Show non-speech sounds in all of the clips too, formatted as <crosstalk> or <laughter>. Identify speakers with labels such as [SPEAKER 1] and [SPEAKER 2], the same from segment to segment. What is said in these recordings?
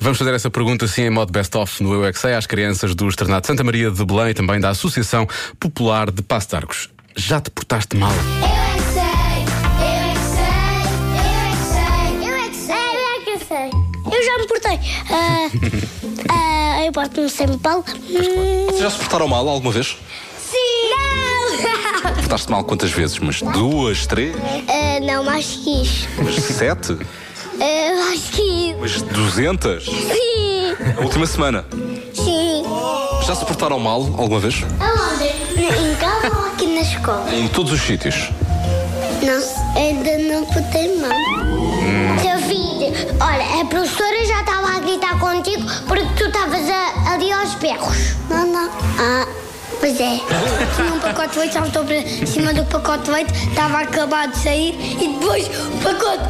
[SPEAKER 1] Vamos fazer essa pergunta assim em modo best-of no Eu é Que Sei, às crianças do Externato Santa Maria de Belém e também da Associação Popular de Passo de Arcos. Já te portaste mal?
[SPEAKER 2] Eu é que sei, eu é que sei, eu é que sei, eu é que sei, eu é que sei.
[SPEAKER 3] Eu já me portei. Ah, ah, eu porto-me sempre mal. Hum,
[SPEAKER 4] Vocês já se portaram mal alguma vez?
[SPEAKER 3] Sim! Não! <laughs>
[SPEAKER 4] Portaste mal quantas vezes? Mas duas, três,
[SPEAKER 3] Ah, não, mais que isso.
[SPEAKER 4] mas sete,
[SPEAKER 3] Ah, mais que isso.
[SPEAKER 4] mas duzentas?
[SPEAKER 3] Sim!
[SPEAKER 4] Na última semana.
[SPEAKER 3] Sim!
[SPEAKER 4] Já se portaram mal alguma vez?
[SPEAKER 3] Aonde? Em casa ou aqui na escola?
[SPEAKER 4] Em todos os sítios.
[SPEAKER 3] Não, ainda não botei mal. Seu filho, olha, a professora já estava a gritar contigo porque tu estavas a- ali aos berros. Não, não. Ah, pois é. Tinha um pacote de leite, saltou para cima do pacote de leite, estava acabado de sair e depois o pacote.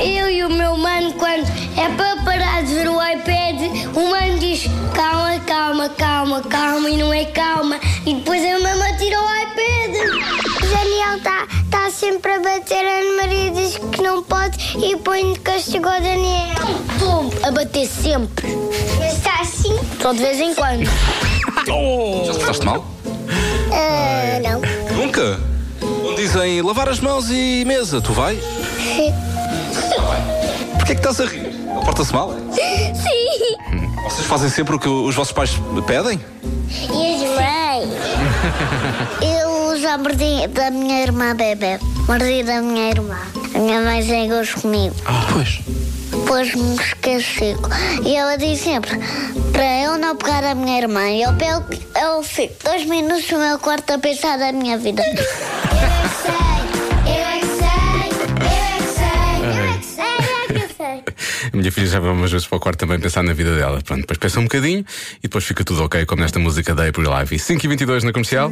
[SPEAKER 3] Eu e o meu mano, quando é para parar de ver o iPad, o mano diz calma, calma, calma, calma, e não é calma. E depois a mamãe tira o iPad. O Daniel está tá sempre a bater, a Ana Maria diz que não pode e põe de castigo ao Daniel. Pum, a bater sempre. Mas está assim? Só de vez em quando.
[SPEAKER 4] Já se portaste mal?
[SPEAKER 3] Ah, não. <laughs>
[SPEAKER 4] Nunca? Onde dizem lavar as mãos e mesa, tu vais? Porquê é que estás a rir? Ele Porta-se mal?
[SPEAKER 3] Sim.
[SPEAKER 4] Vocês fazem sempre o que os vossos pais pedem?
[SPEAKER 3] E as mães? Eu já mordi da minha irmã bebê. Mordi da minha irmã. A minha mãe zangou-se comigo.
[SPEAKER 4] Pois.
[SPEAKER 3] Pôs-me esquecido. E ela diz sempre para eu não pegar a minha irmã. E Eu pego, eu fico dois minutos no meu quarto a pensar na minha vida. é
[SPEAKER 2] Eu é que sei, eu é que sei, eu é que sei, eu é que sei.
[SPEAKER 1] A minha filha já vai umas vezes para o quarto também pensar na vida dela. Pronto, depois pensa um bocadinho e depois fica tudo ok, como nesta música da April Live. E 5h22 na comercial.